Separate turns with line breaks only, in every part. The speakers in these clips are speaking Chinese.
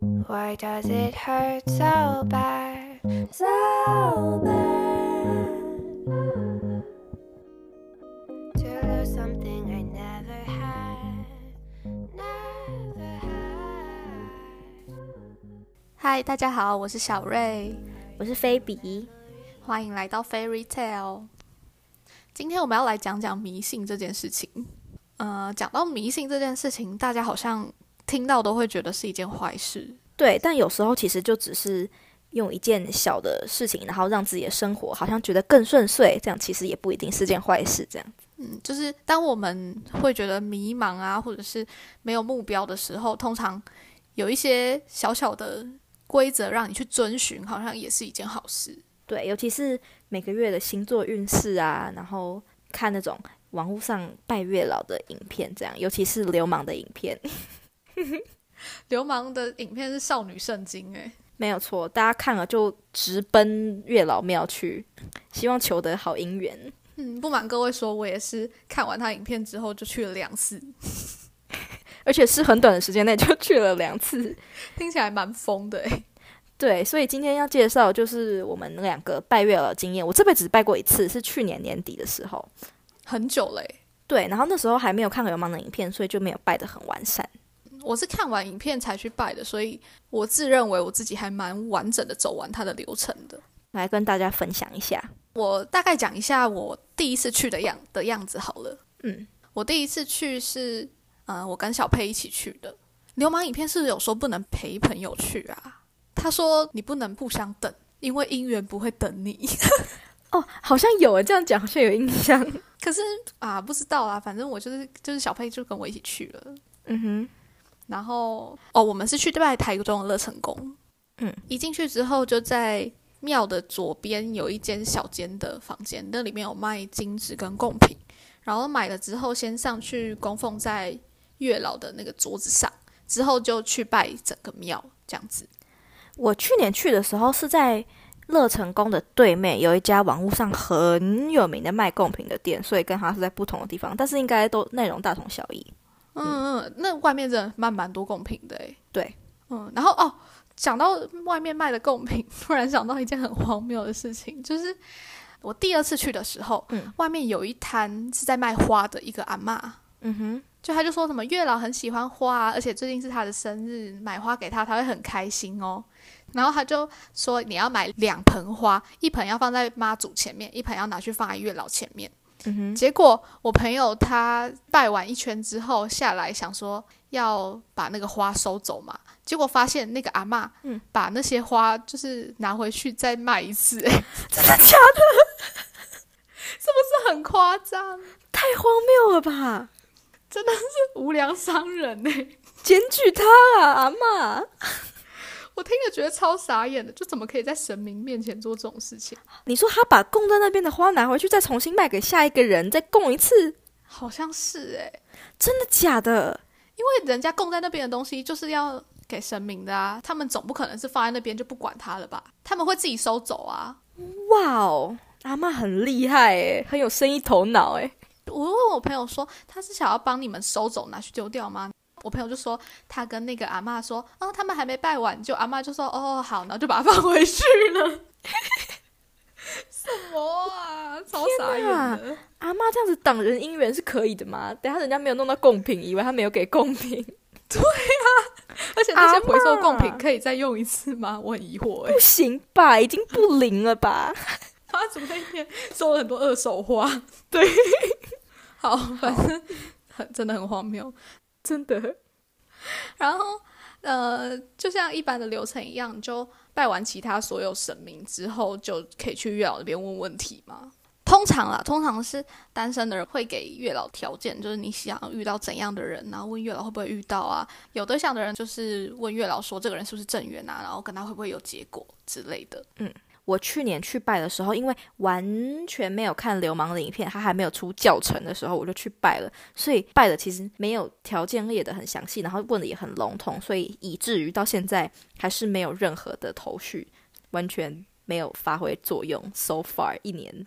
Why does it hurt so bad? So bad. To lose something I never had. Never had.
嗨，大家好，我是小瑞，
我是菲比。
欢迎来到 Fairy Tale。今天我们要来讲讲迷信这件事情。呃，讲到迷信这件事情，大家好像听到都会觉得是一件坏事。
对，但有时候其实就只是用一件小的事情，然后让自己的生活好像觉得更顺遂，这样其实也不一定是件坏事。这样，
嗯，就是当我们会觉得迷茫啊，或者是没有目标的时候，通常有一些小小的规则让你去遵循，好像也是一件好事。
对，尤其是每个月的星座运势啊，然后看那种网络上拜月老的影片，这样，尤其是流氓的影片，
流氓的影片是少女圣经、欸，诶，
没有错，大家看了就直奔月老庙去，希望求得好姻缘。
嗯，不瞒各位说，我也是看完他影片之后就去了两次，
而且是很短的时间内就去了两次，
听起来蛮疯的、欸。
对，所以今天要介绍就是我们两个拜月老的经验。我这辈子只拜过一次，是去年年底的时候。
很久欸嘞、
对，然后那时候还没有看流氓的影片，所以就没有拜得很完善。
我是看完影片才去拜的，所以我自认为我自己还蛮完整的走完它的流程的。
来跟大家分享一下，
我大概讲一下我第一次去的样的样子好了。
嗯，
我第一次去是，呃，我跟小佩一起去的。流氓影片是不是有说不能陪朋友去啊？他说你不能互相等，因为姻缘不会等你。
哦，好像有诶，这样讲好像有印象。
可是啊，不知道啊，反正我就是就是小佩就跟我一起去了。
嗯哼，
然后哦，我们是去拜台中的乐成宫。
嗯，
一进去之后就在庙的左边有一间小间的房间，那里面有卖金纸跟贡品。然后买了之后，先上去供奉在月老的那个桌子上，之后就去拜整个庙这样子。
我去年去的时候是在乐成宫的对面有一家网络上很有名的卖贡品的店，所以跟它是在不同的地方，但是应该都内容大同小异。
嗯嗯，那外面真的卖蛮多贡品的诶。
对，
嗯，然后哦，讲到外面卖的贡品， 突然想到一件很荒谬的事情，就是我第二次去的时候，
嗯
外面有一摊是在卖花的一个阿嬷，
嗯哼，
就她就说什么月老很喜欢花、啊，而且最近是她的生日，买花给她，她会很开心哦。然后她就说你要买两盆花，一盆要放在妈祖前面，一盆要拿去放在月老前面。
嗯哼，
结果我朋友他拜完一圈之后下来，想说要把那个花收走嘛，结果发现那个阿嬷
嗯
把那些花就是拿回去再卖一 次、哎，
真的假的？
这很夸张，
太荒谬了吧！
无良商人呢、哎
检举他啊，阿妈，
我听了觉得超傻眼的，就怎么可以在神明面前做这种事情？
你说他把供在那边的花拿回去，再重新卖给下一个人，再供一次，
好像是哎、
真的假的？
因为人家供在那边的东西就是要给神明的啊，他们总不可能是放在那边就不管它了吧？他们会自己收走啊。
哇哦，阿妈很厉害诶，很有生意头脑诶。
我问我朋友说，他是想要帮你们收走拿去丢掉吗？我朋友就说，他跟那个阿嬷说，哦，他们还没拜完，就阿嬷就说，哦，好，然后就把它放回去了。 什么啊，超傻眼的！
阿妈这样子挡人姻缘是可以的吗？等下人家没有弄到贡品，以为他没有给贡品，
而且那些回收贡
阿
品
嬷
可以再用一次吗？我很疑惑哎、
不行吧？已经不灵了吧？
他怎么那天收了很多二手花？对， 好，反正很真的很荒谬。
真的，
然后呃，就像一般的流程一样，你就拜完其他所有神明之后，就可以去月老那边问问题嘛。通常啦，通常是单身的人会给月老条件，就是你想遇到怎样的人，然后问月老会不会遇到啊。有对象的人就是问月老说这个人是不是正缘啊，然后跟他会不会有结果之类的。
我去年去拜的时候，因为完全没有看流氓的影片，他还没有出教程的时候，我就去拜了。所以拜的其实没有条件列的很详细，然后问的也很笼统，所以以至于到现在还是没有任何的头绪，完全没有发挥作用。So far，一年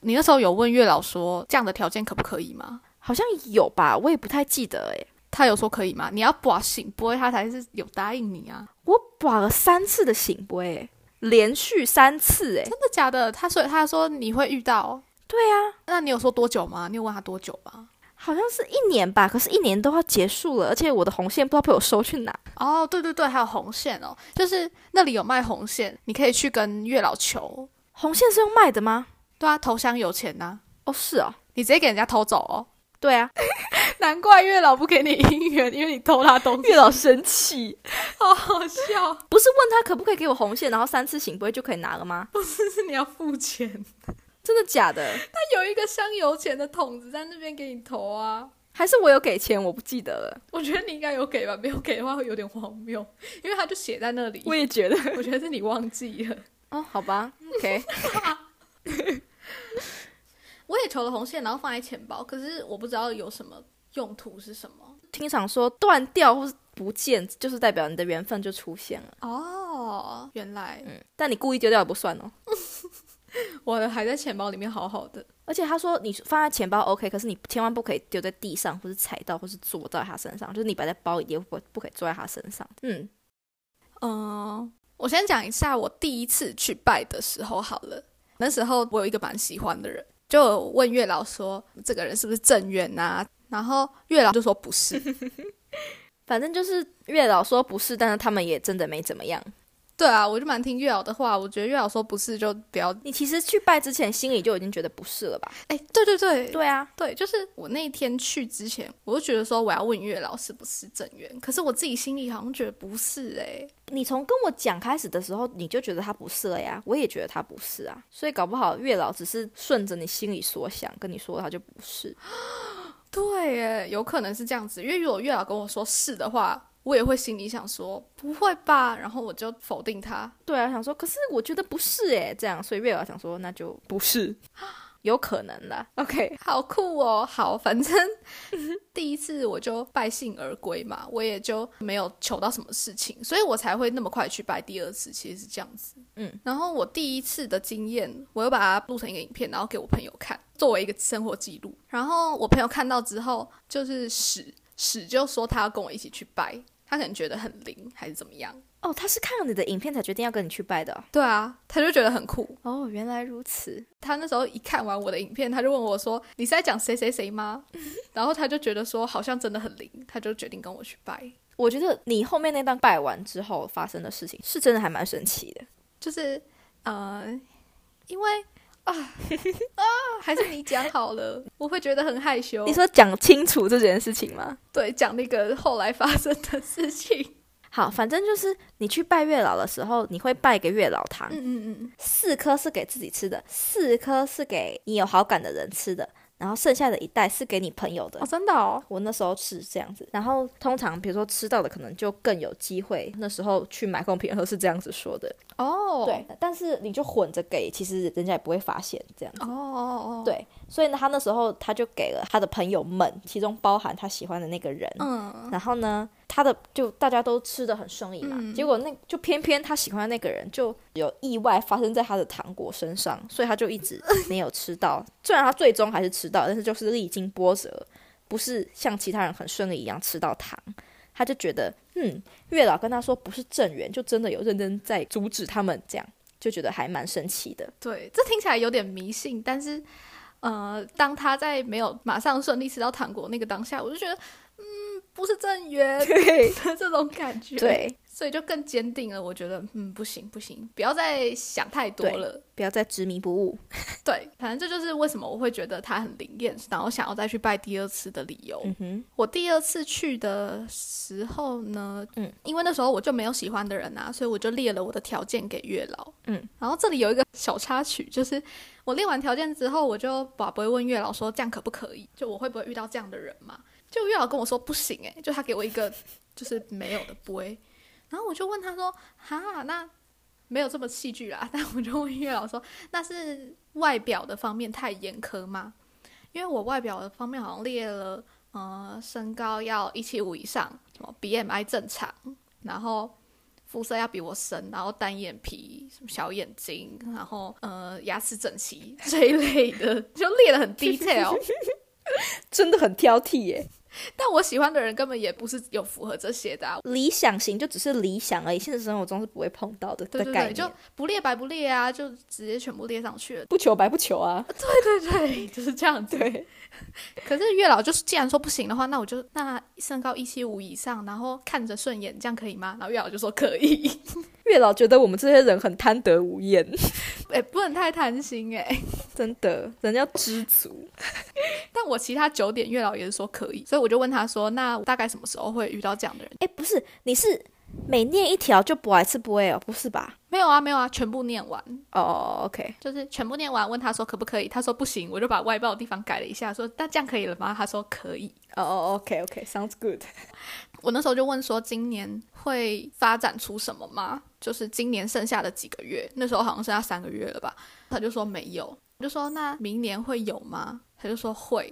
你那时候有问月老说这样的条件可不可以吗？
好像有吧，我也不太记得诶。欸
他有说可以吗？你要把醒波，他才是有答应你啊，
我把了三次的醒波，哎，连续三次，哎，
真的假的？他所以他说你会遇到，
对啊，
那你有说多久吗？你有问他多久吗？
好像是一年吧，可是一年都要结束了，而且我的红线不知道被我收去哪。
哦，对对对，还有红线哦，就是那里有卖红线，你可以去跟月老求。
红线是用卖的吗？
对啊，投箱有钱呐、
哦，是哦，
你直接给人家偷走哦。
对啊，
难怪月老不给你姻缘，因为你偷他东西，
月老生气，
好好笑。
不是问他可不可以给我红线，然后三次醒不会就可以拿了吗？
就是你要付 钱，
真的假的？
他有一个香油钱的桶子在那边给你投啊。
还是我有给钱，我不记得了。
我觉得你应该有给吧，没有给的话会有点荒谬，因为他就写在那里。
也觉得，
我觉得是你忘记了。
哦，好吧，OK，
我也求了红线，然后放在钱包，可是我不知道有什么用途是什么。
经常说断掉或是不见，就是代表你的缘分就出现了。
哦，原来
嗯，但你故意丢掉也不算哦。
我的还在钱包里面好好的。
而且他说你放在钱包 OK，可是你千万不可以丢在地上，或是踩到，或是坐在他身上，就是你摆在包里也不不可以坐在他身上。嗯，
嗯、我先讲一下我第一次去拜的时候好了。那时候我有一个蛮喜欢的人，就有问月老说这个人是不是正缘啊？然后月老就说不 是，
反正就是月老说不是，但是他们也真的没怎么样。
对啊，我就蛮听月老的话，我觉得月老说不是就不要。
你其实去拜之前心里就已经觉得不是了吧？
哎，对对对
对啊，
对，就是我那一天去之前，我就觉得说我要问月老是不是正缘，可是我自己心里好像觉得不是哎、
你从跟我讲开始的时候，你就觉得他不是了呀，我也觉得他不是啊，所以搞不好月老只是顺着你心里所想跟你说他就不是。
对耶，有可能是这样子，因为如果月老跟我说是的话，我也会心里想说不会吧，然后我就否定他。
对啊，想说可是我觉得不是诶，这样，所以月老想说那就不 是，有可能啦。OK，
好酷哦！好，反正第一次我就败兴而归嘛，我也就没有求到什么事情，所以我才会那么快去拜第二次，其实是这样子。
嗯，
然后我第一次的经验，我又把它录成一个影片，然后给我朋友看，作为一个生活记录。然后我朋友看到之后，就是屎屎就说他要跟我一起去拜，他可能觉得很灵还是怎么样。
哦，他是看了你的影片才决定要跟你去拜的哦。
对啊，他就觉得很酷。
哦原来如此，
他那时候一看完我的影片，他就问我说：“你是在讲谁谁谁吗？” 然后他就觉得说好像真的很灵，他就决定跟我去拜。
我觉得你后面那段拜完之后发生的事情是真的还蛮神奇的。
就是呃，因为啊 啊，还是你讲好了，我会觉得很害羞。
你说讲清楚这件事情吗？
对，讲那个后来发生的事情。
好，反正就是你去拜月老的时候，你会拜给月老糖，
嗯嗯嗯，
四颗是给自己吃的，四颗是给你有好感的人吃的，然后剩下的一袋是给你朋友的
哦，。真的哦，
我那时候是这样子，然后通常比如说吃到的可能就更有机会，那时候去买贡品的时候是这样子说的，
哦，
对，。但是你就混着给，其实人家也不会发现这样子
哦。哦哦，
对，所以呢，他那时候他就给了他的朋友们，其中包含他喜欢的那个人，
嗯，
然后呢，他的就大家都吃的很顺利嘛，
嗯
结果那就偏偏他喜欢的那个人就有意外发生在他的糖果身上，所以他就一直没有吃到。 虽然他最终还是吃到，但是就是历经波折，不是像其他人很顺利一样吃到糖。他就觉得，嗯，月老跟他说不是正缘，就真的有认真在阻止他们，这样就觉得还蛮神奇的。
对，这听起来有点迷信，但是，呃，当他在没有马上顺利吃到糖果那个当下，我就觉得，嗯，不是正缘
对
的这种感觉，，
对，
所以就更坚定了。我觉得，嗯，不行不行，不要再想太多
对
了。
不要再执迷不悟。
对，反正这就是为什么我会觉得他很灵验，然后想要再去拜第二次的理由。
嗯哼，
我第二次去的时候呢，
嗯
嗯，因为那时候我就没有喜欢的人啊，所以我就列了我的条件给月老，
嗯
嗯，然后这里有一个小插曲，就是我列完条件之后，我就把不会问月老说这样可不可以，就我会不会遇到这样的人嘛？就月老跟我说不行、欸，就他给我一个就是没有的不会，然后我就问他说，哈，那没有这么戏剧啦，但 我就问月老说，那是外表的方面太严苛吗？因为我外表的方面好像列了。呃，身高要一七五以上，什么 BMI 正常，然后肤色要比我深，然后单眼皮、什么小眼睛，然后呃牙齿整 齐这一类的，就列的很 detail。
真的很挑剔耶。
但我喜欢的人根本也不是有符合这些的、啊，
理想型就只是理想而已，现实生活中是不会碰到的
对
的
对
概
对，
念。
就不列白不列啊，就直接全部列上 去了。
不求白不求啊，
对对对，就是这样子。
对，
可是月老就是，既然说不行的话，那我就那身高一七五以上，然后看着顺眼，这样可以吗？然后月老就说可以，
月老觉得我们这些人很贪得无厌，
哎、不能太贪心哎、
真的，人要知足。
但我其他九点月老也是说可以，所以我就问他说，那大概什么时候会遇到这样的人？
哎，不是，你是每念一条就播一次播哦，不是吧？
没有啊，没有啊，全部念完，
哦，OK，
就是全部念完，问他说可不可以，他说不行，我就把外报的地方改了一下，说那这样可以了吗？他说可以。
哦，OK，OK，sounds good。
我那时候就问说，今年会发展出什么吗？就是今年剩下的几个月，那时候好像剩下三个月了吧？他就说没有，我就说那明年会有吗？他就说会，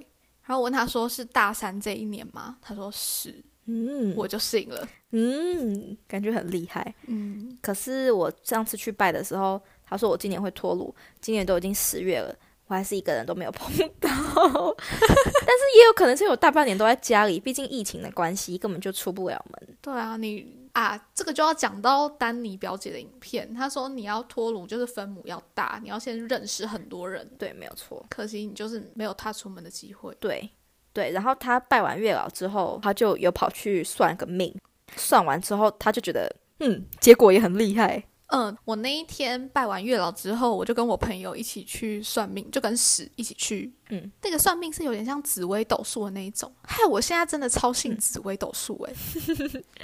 然后我问他说是大三这一年吗？他说是，
嗯，
我就信了。
嗯，感觉很厉害。
嗯，
可是我上次去拜的时候，他说我今年会脱乳，今年都已经十月了，我还是一个人都没有碰到。 但是也有可能是因为我大半年都在家里，毕竟疫情的关系，根本就出不了门。
对啊，你啊，这个就要讲到丹尼表姐的影片，她说你要脱乳就是分母要大，你要先认识很多人。
对，没有错。
可惜你就是没有踏出门的机会。
对对，然后他拜完月老之后，他就有跑去算个命，算完之后他就觉得，嗯，结果也很厉害。
嗯，我那一天拜完月老之后，我就跟我朋友一起去算命，就跟史一起去。
嗯，
那个算命是有点像紫微斗数的那一种，害我现在真的超信紫微斗数哎、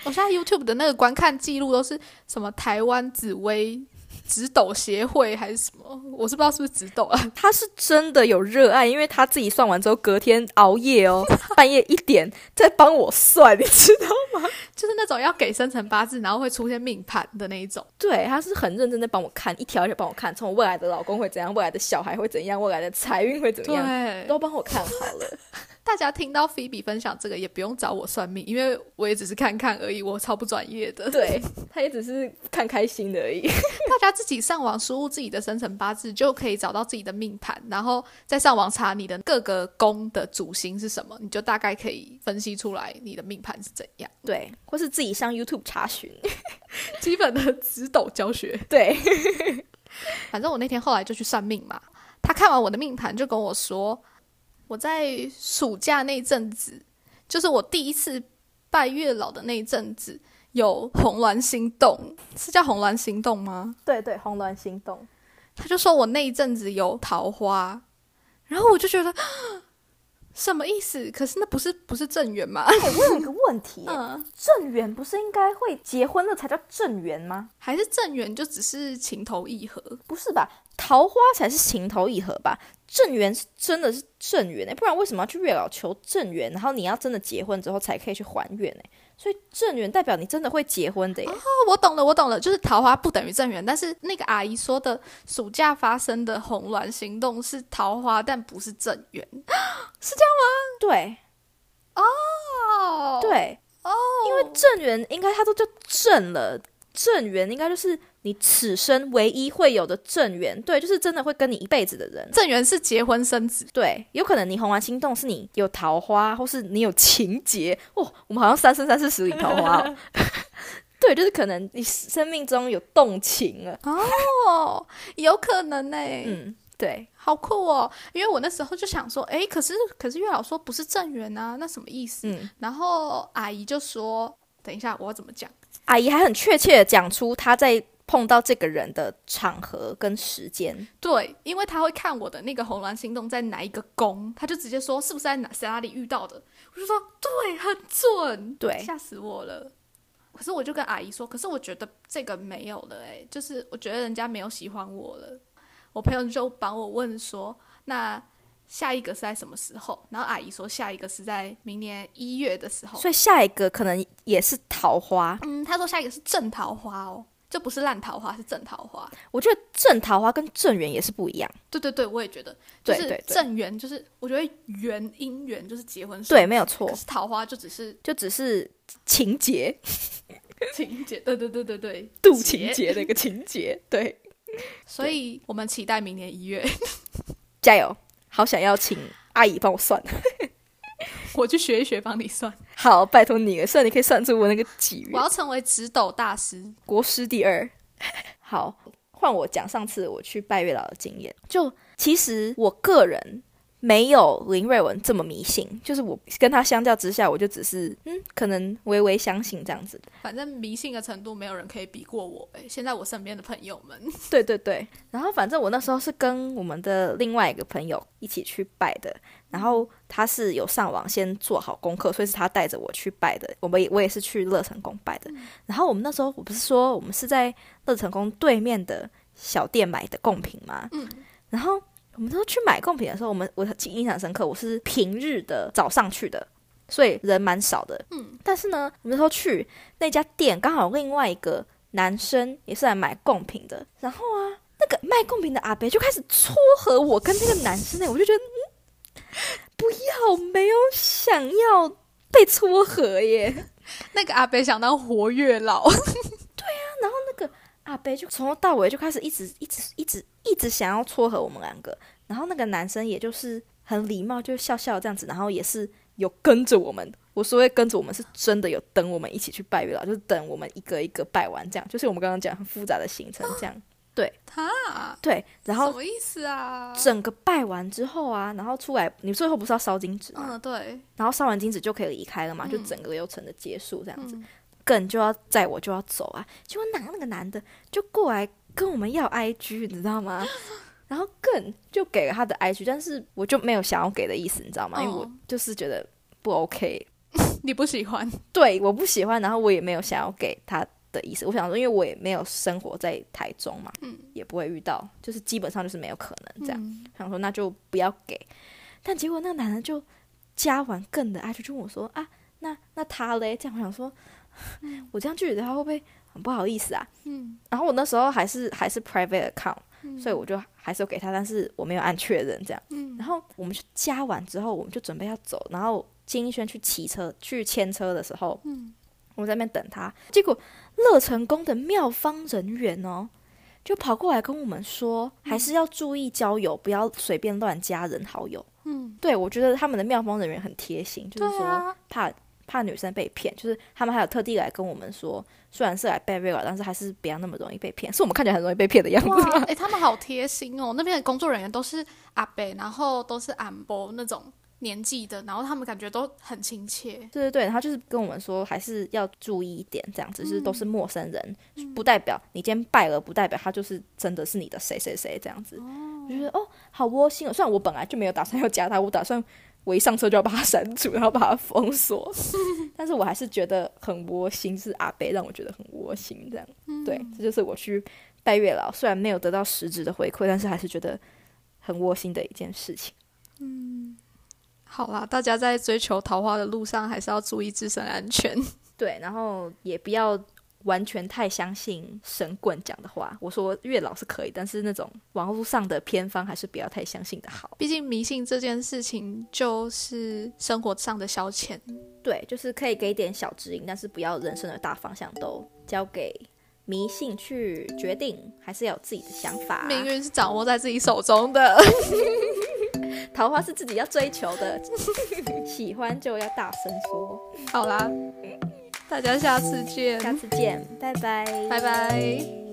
我现在 YouTube 的那个观看记录都是什么台湾紫微紫斗协会还是什么，我是不知道是不是紫斗啊。
他是真的有热爱，因为他自己算完之后，隔天熬夜哦， 半夜一点在帮我算，你知道吗？
就是那种要给生辰八字，然后会出现命盘的那一种。
对，他是很认真在帮我看，一条一条帮我看，从我未来的老公会怎样，未来的小孩会怎样，未来的财运会怎么样，
对，
都帮我看好了。
大家听到菲比分享这个，也不用找我算命，因为我也只是看看而已，我超不专业的。
对，他也只是看开心的而已。
大家自己上网输入自己的生辰八字，就可以找到自己的命盘，然后再上网查你的各个宫的主星是什么，你就大概可以分析出来你的命盘是怎样。
对，或是自己上 YouTube 查询。
基本的指导教学。
对，
反正我那天后来就去算命嘛，他看完我的命盘就跟我说，我在暑假那一阵子，就是我第一次拜月老的那一阵子，有红鸾心动，是叫红鸾心动吗？
对对，红鸾心动。
他就说我那一阵子有桃花，然后我就觉得 什么意思？可是那不是不是正缘嘛？
哎我有一个问题
嗯，
正缘不是应该会结婚了才叫正缘吗？
还是正缘就只是情投意合？
不是吧？桃花才是情投意合吧？正缘是真的是正缘、欸，不然为什么要去月老求正缘？然后你要真的结婚之后才可以去还愿呢、所以正缘代表你真的会结婚的耶、
哦，我懂了，我懂了，就是桃花不等于正缘，但是那个阿姨说的暑假发生的红鸾行动是桃花，但不是正缘。
对
哦，
对，
哦，
因为正缘应该它都叫正了，正缘应该就是你此生唯一会有的正缘，对，就是真的会跟你一辈子的人。
正缘是结婚生子，
对，有可能你红完心动是你有桃花，或是你有情节哦。我们好像三生三世十里桃花、 哦。对，就是可能你生命中有动情了。
哦，有可能呢、
嗯，对，
好酷哦！因为我那时候就想说，诶，可是可是月老说不是正缘啊，那什么意思？
嗯，
然后阿姨就说：“等一下，我要怎么讲？
阿姨还很确切的讲出她在碰到这个人的场合跟时间。
对，因为他会看我的那个红鸾心动在哪一个宫，他就直接说是不是在哪在哪里遇到的。我就说对，很准，
对
吓死我了。可是我就跟阿姨说，可是我觉得这个没有了、欸，就是我觉得人家没有喜欢我了。我朋友就帮我问说，那下一个是在什么时候？然后阿姨说下一个是在明年一月的时候。
所以下一个可能也是桃花。
嗯，他说下一个是正桃花哦，就不是烂桃花，是正桃花。
我觉得正桃花跟正缘也是不一样。
对对对，我也觉得，就
对
是
对对
正缘，就是我觉得缘姻缘就是结婚生
对，
子，
没有错
可，是桃花就只是
就只是情节
情节，对对对对对，
渡
结
情节的一个情节。对，
所以我们期待明年一月，
加油！好想要请阿姨帮我算。
我去学一学，帮你算。
好，拜托你了，虽然你可以算出我那个几
我
元，
要成为直斗大师。
国师第二。好，换我讲上次我去拜月老的经验。就其实我个人没有林瑞文这么迷信，就是我跟他相较之下，我就只是嗯，可能微微相信这样子。
反正迷信的程度，没有人可以比过我、哎，现在我身边的朋友们，
对对对，然后反正我那时候是跟我们的另外一个朋友一起去拜的，然后他是有上网先做好功课，所以是他带着我去拜的。我们也我也是去乐成宫拜的。然后我们那时候我不是说我们是在乐成宫对面的小店买的贡品吗？
嗯，
然后我们都去买贡品的时候，我们我记印象深刻，我是平日的早上去的，所以人蛮少的。
嗯，
但是呢，我们那时候去那家店，刚好另外一个男生也是来买贡品的，然后啊，那个卖贡品的阿伯就开始撮合我跟那个男生呢，我就觉得，嗯，不要，没有想要被撮合耶。
那个阿北想当活月老，
阿北就从头到尾就开始一直一直一直一直想要撮合我们两个，然后那个男生也就是很礼貌，就笑笑这样子，然后也是有跟着我们。我所谓跟着我们，是真的有等我们一起去拜月老，就是等我们一个一个拜完，这样就是我们刚刚讲很复杂的行程这样。
哈，
对，
什
然后
么意思啊？
整个拜完之后啊，然后出来，你最后不是要烧金纸吗？
嗯，对，
然后烧完金纸就可以离开了嘛，
嗯
就整个流程的结束这样子。
嗯
更就要载我就要走啊，结果哪那个男的就过来跟我们要 IG，你知 道吗？然后更就给了他的 IG，但是我就没有想要给的意思，你知道吗？因为我
哦
就是觉得不 OK，
你不喜欢，
对，我不喜欢，然后我也没有想要给他的意思。我想说，因为我也没有生活在台中嘛，
嗯
也不会遇到，就是基本上就是没有可能这样。
嗯
想说那就不要给，但结果那个男的就加完更的 IG 就问我说啊，那那他嘞？这样我想说，啊我这样拒绝他会不会很不好意思啊？
嗯，
然后我那时候还是还是 private account，、
嗯
所以我就还是有给他，但是我没有按确认这样。
嗯
然后我们就加完之后，我们就准备要走，然后金一轩去骑车去牵车的时候，
嗯
我在那边等他，结果乐成宫的妙方人员哦，就跑过来跟我们说，还是要注意交友，不要随便乱加人好友。
嗯，
对我觉得他们的妙方人员很贴心，就是
对
说、
啊，
怕怕女生被骗，就是他们还有特地来跟我们说，虽然是来拜月老，但是还是不要那么容易被骗，是我们看起来很容易被骗的样 子
哇，
吗
哎、？他们好贴心哦！那边的工作人员都是阿伯，然后都是阿伯那种年纪的，然后他们感觉都很亲切。
对对对，然后就是跟我们说还是要注意一点，这样子，就是都是陌生人，
嗯
不代表你今天拜了，不代表他就是真的是你的谁谁谁这样子。我就觉得哦，好窝心哦。虽然我本来就没有打算要加他，我打算我一上车就要把他删除，然后把他封锁，但是我还是觉得很窝心，是阿北让我觉得很窝心这样。对，这就是我去拜月老，虽然没有得到实质的回馈，但是还是觉得很窝心的一件事情。
好啦，大家在追求桃花的路上，还是要注意自身安全。
对，然后也不要完全太相信神棍讲的话。我说月老是可以，但是那种网络上的偏方还是不要太相信的好。
毕竟迷信这件事情就是生活上的消遣。
对，就是可以给点小指引，但是不要人生的大方向都交给迷信去决定，还是要有自己的想法。
命运是掌握在自己手中的。
桃花是自己要追求的， 喜欢就要大声说。
好啦，大家下次见，
下次见，拜拜，
拜拜。